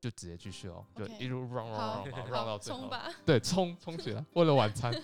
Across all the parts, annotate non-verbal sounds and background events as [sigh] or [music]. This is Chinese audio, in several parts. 就直接继续哦，就 OK 一路 run run 好 run 嘛 [laughs] run 到好，最后冲，吧， [laughs] 对，冲冲起来，为了晚餐。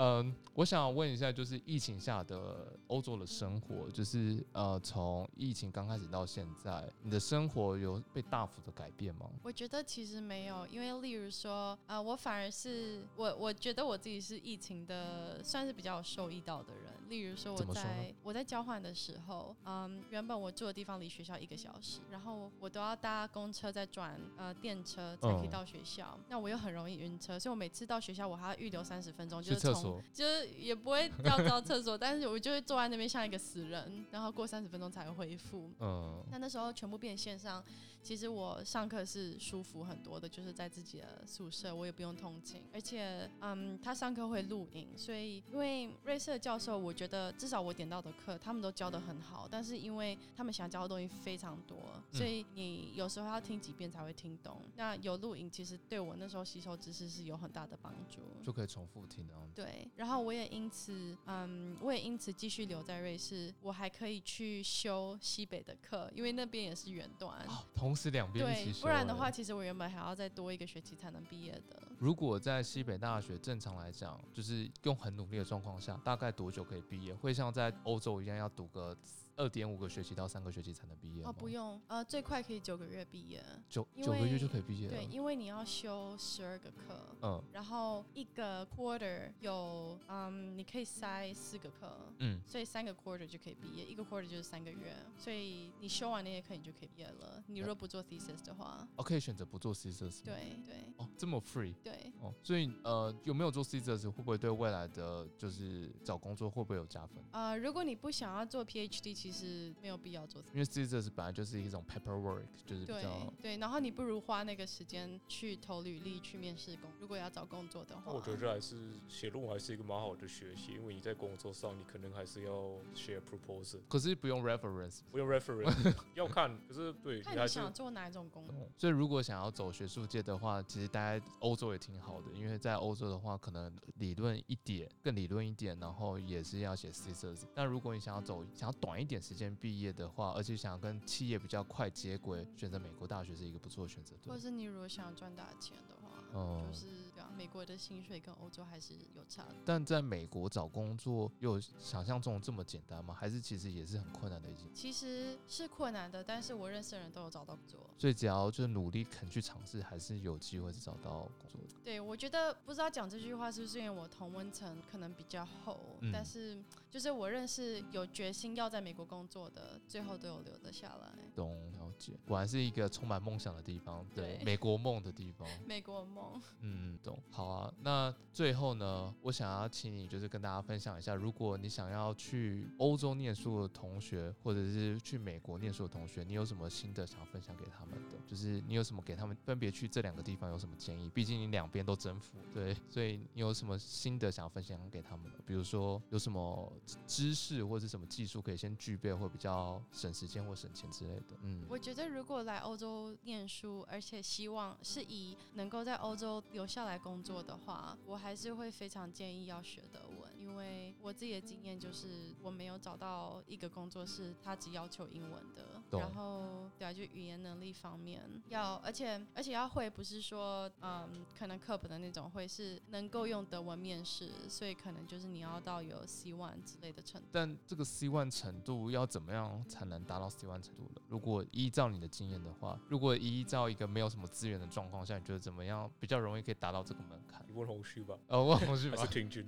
嗯，我想问一下，就是疫情下的欧洲的生活，就是呃，从疫情刚开始到现在，你的生活有被大幅的改变吗？我觉得其实没有，因为例如说，啊、我反而是我，我觉得我自己是疫情的算是比较有受益到的人。例如说，我怎么说呢在我在交换的时候，嗯，原本我住的地方离学校一个小时，然后我都要搭公车再转呃电车才可以嗯到学校。那我又很容易晕车，所以我每次到学校我还要预留三十分钟，就去是厕从所，就是也不会掉到厕所， [laughs] 但是我就会坐在那边像一个死人，然后过三十分钟才会恢复。嗯，那那时候全部变线上，其实我上课是舒服很多的，就是在自己的宿舍，我也不用通勤，而且嗯，他上课会录影，所以因为瑞士的教授，我觉得至少我点到的课，他们都教的很好，但是因为他们想教的东西非常多，所以你有时候要听几遍才会听懂。那有录影，其实对我那时候吸收知识是有很大的帮助。就可以重复听那样子。对，然后我也因此，嗯，我也因此继续留在瑞士，我还可以去修西北的课，因为那边也是远端。哦同时两边一对起，修不然的欸话，其实我原本还要再多一个学期才能毕业的。如果在西北大学正常来讲，就是用很努力的状况下，大概多久可以毕业？会像在欧洲一样要读个二点五个学期到三个学期才能毕业吗？哦，不，用，呃，最快可以九个月毕业。九因九个月为就可以毕业对，了。因为你要修十二个课，嗯然后一个 quarter 有，嗯，你可以塞四个课。嗯，所以三个 quarter 就可以毕业，一个 quarter 就是三个月，所以你修完那些课你就可以毕业了。你如果不做 thesis 的话，哦，可以选择不做 c s s 对对哦，这么 free。对，哦，所以呃，有没有做 c s s 会不会对未来的就是找工作会不会有加分？呃，如果你不想要做 PhD，其实没有必要做。因为 c s s 本来就是一种 paperwork，就是比对较对，然后你不如花那个时间去投履历、去面试工。如果要找工作的话，那我觉得这还是写论文还是一个蛮好的学习，因为你在工作上你可能还是要写 proposal，可是不用 reference。不用 reference，要看，可是对你看你还是想做哪一种工作。哦所以，如果想要走学术界的话，其实待在欧洲也挺好的，因为在欧洲的话，可能理论一点，更理论一点，然后也是要写 thesis。那如果你想要走，想要短一点时间毕业的话，而且想要跟企业比较快接轨，选择美国大学是一个不错的选择。或者对，是你如果想赚大钱的话，哦就是对啊，美国的薪水跟欧洲还是有差的。但在美国找工作有想象中这么简单吗？还是其实也是很困难的一件？其实是困难的，但是我认识的人都有找到工作。所以只要就是努力肯去尝试，还是有机会是找到工作的。对，我觉得不知道讲这句话是不是因为我同温层可能比较厚，嗯但是就是我认识有决心要在美国工作的，最后都有留得下来。懂了解，果然是一个充满梦想的地方，对对美国梦的地方。美国梦，嗯，懂。好啊，那最后呢，我想要请你就是跟大家分享一下，如果你想要去欧洲念书的同学，或者是去美国念书的同学，你有什么心得想要分享给他们的？就是你有什么给他们分别去这两个地方有什么建议？毕竟你两边都征服，对， [laughs] 所以你有什么心得想要分享给他们的？比如说有什么知识或者是什么技术可以先具备，会比较省时间或省钱之类的。嗯，我觉得如果来欧洲念书，而且希望是以能够在欧洲留下来工作的话，我还是会非常建议要学德文，因为我自己的经验就是我没有找到一个工作是他只要求英文的，懂然后对啊，就语言能力方面要，而且而且要会，不是说嗯，可能课本的那种会是能够用德文面试，所以可能就是你要到有 C one 之类的程度。但这个 C one 程度要怎么样才能达到 C one 程度呢？如果依照你的经验的话，如果依照一个没有什么资源的状况下，你觉得怎么样比较容易可以达到这个门 [laughs] 槛？你问红虚吧，呃，我我是还吧 [laughs] 是，平均？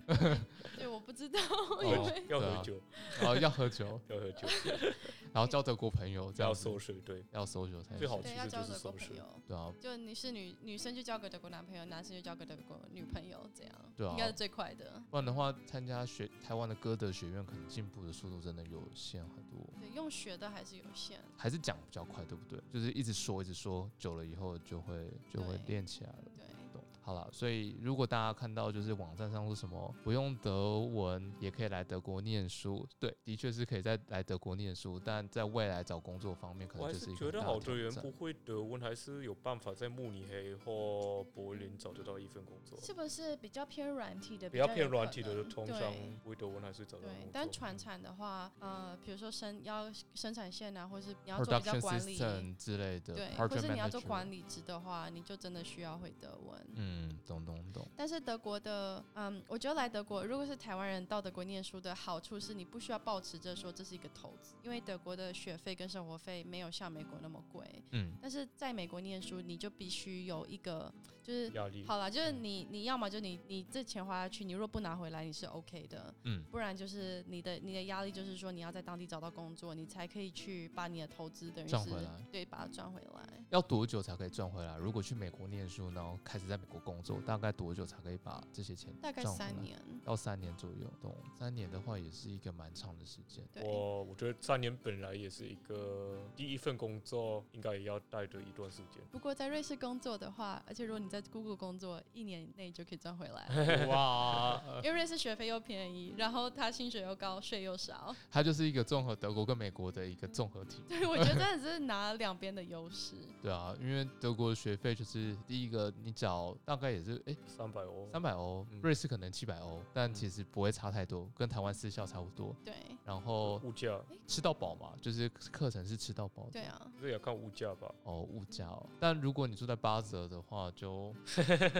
对，我不知道，因哦为要对啊喝酒，哦，要喝酒，要喝酒，然后交德国朋友，这要样子收水，对，要搜酒才最好对其要实交就是德国收朋水。友。对啊，就你是女女生就交给德国男朋友，男生就交给德国女朋友，这样对啊应该是最快的。不然的话，参加学台湾的歌德学院，可能进步的速度真的有限很多。对，用学的还是有限。还是讲比较快，对不对？就是一直说，一直说，久了以后就会就会对练起来了。对，懂。好了，所以如果大家看到就是网站上说什么不用德文也可以来德国念书，对，的确是可以在来德国念书，但在未来找工作方面可我能还就是一个觉很得大的好多挑人战不会德文，还是有办法在慕尼黑或柏林找得到一份工作。是不是比较偏软体的？比较偏有软可体的，能就通常对不会德文还是找到对工，但作传产的话，呃，比如说生要生产线啊，或是你要做比较 production 管理， system 之类的对，或，project 是 manager，你要做管理职的话，你就真的需要会德文。嗯，懂懂懂，但是德国的，嗯，我觉得来德国，如果是台湾人到德国念书的好处是，你不需要抱持着说这是一个投资，因为德国的学费跟生活费没有像美国那么贵。嗯，但是在美国念书，你就必须有一个，就是压力。好啦，就是嗯你你要么就你你这钱花下去，你若不拿回来，你是 OK 的，嗯，不然就是你的你的压力就是说你要在当地找到工作，你才可以去把你的投资等于赚是回来对，把它赚回来。要多久才可以赚回来？如果去美国念书，然后开始在美国工作，大概多久才可以把这些钱大概赚回三来？年，要三年左右，懂？三年的话也是一个蛮长的时 [laughs] 间。对，我我觉得三年本来也是一个第一份工作，应该也要待着一段时间。不过在瑞士工作的话，而且如果你在 Google 工作，一年内就可以赚回来， [laughs] 哇，因为瑞士学费又便宜，然后他薪水又高，税 [laughs] 又少，它就是一个综合德国跟美国的一个综合体。对我觉得真的是拿两边的优势。对啊，因为德国的学费就是第一个，你缴大概也是诶三百欧，三百欧嗯，瑞士可能七百欧，但其实不会差太多，跟台湾私校差不多。对，然后物价，吃到饱嘛，就是课程是吃到饱的。对啊，这也要看物价吧。哦，物价哦。但如果你住在巴泽的话，就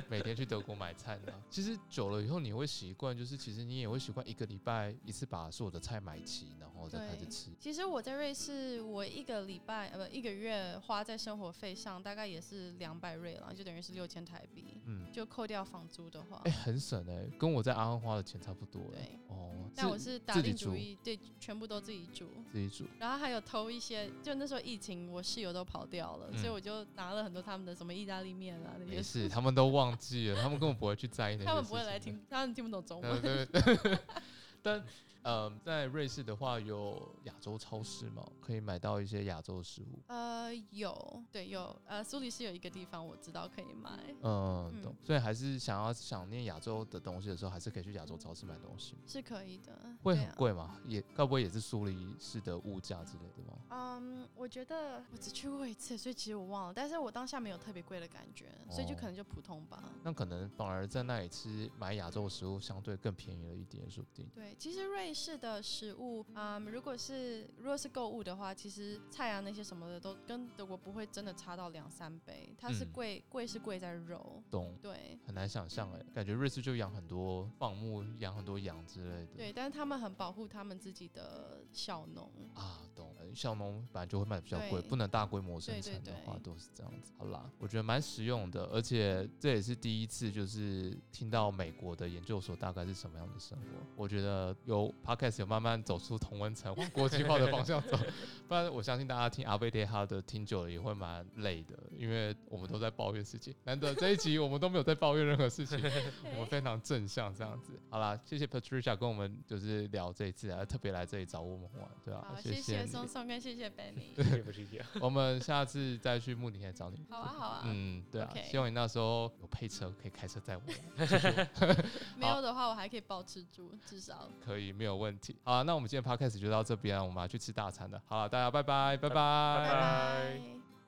每天去德国买菜呢。其实久了以后，你会习惯，就是其实你也会习惯一个礼拜一次把所有的菜买齐，然后再开始对吃。其实我在瑞士，我一个礼拜呃不一个月花在生活费上，大概也是两百瑞郎，就等于是六千台币，嗯，就扣掉房租的话哎、，很省哎、跟我在阿亨花的钱差不多哎、对。哦，但我自是打自己定主煮意，对，全部都自己煮。自己煮，然后还有偷一些，就那时候疫情，我室友都跑掉了，嗯所以我就拿了很多他们的什么意大利面啊那没些，事，他们都忘记了，他们根本不会去在意那些。他们不会来。听，他们听不懂中文。对对对。但呃，在瑞士的话，有亚洲超市嘛，可以买到一些亚洲食物。呃，有，对，有，呃，苏黎世有一个地方我知道可以买，嗯，嗯懂。所以还是想要想念亚洲的东西的时候，还是可以去亚洲超市买东西。是可以的，会对很啊。贵吗？也该不会也是苏黎世的物价之类的吗？嗯我觉得我只去过一次，所以其实我忘了，但是我当下没有特别贵的感觉，所以就哦可能就普通吧。那可能反而在那里吃买亚洲食物相对更便宜了一点，说不定。对，其实瑞士的食物，嗯，如果是如果是购物的话，其实菜啊那些什么的都跟德国不会真的差到两三倍，它是嗯贵、贵是贵在肉，懂，对很难想象哎、感觉瑞士就养很多放牧，养很多羊之类的。对，但是他们很保护他们自己的小农，啊，懂。呃小农本来就会卖得比较贵，对不能大规模生对对产的话对都是这样子。好啦，我觉得蛮实用的，而且这也是第一次就是听到美国的研究所大概是什么样的生活。我觉得有 podcast 有慢慢走出同温层，往国际化的方向 [laughs] 走，不然我相信大家听阿贝蒂哈的听久了也会蛮累的，因为我们都在抱怨事情。难得这一集我们都没有在抱怨任何事情， [laughs] 我们非常正向这样子。好啦，谢谢 Patricia 跟我们就是聊这一次啊，特别来这里找我们玩，对吧、好，谢谢你松松跟谢谢 Benny，谢谢不谢谢。我们下次再去慕尼黑找你。好啊好啊，嗯，对啊 OK 希望你那时候有配车，可以开车载我，没有的话我还可以保持住，至少可以没有问题。好啊，那我们今天 podcast 就到这边啊，我们要去吃大餐了。好了，大家拜拜，拜拜拜拜拜。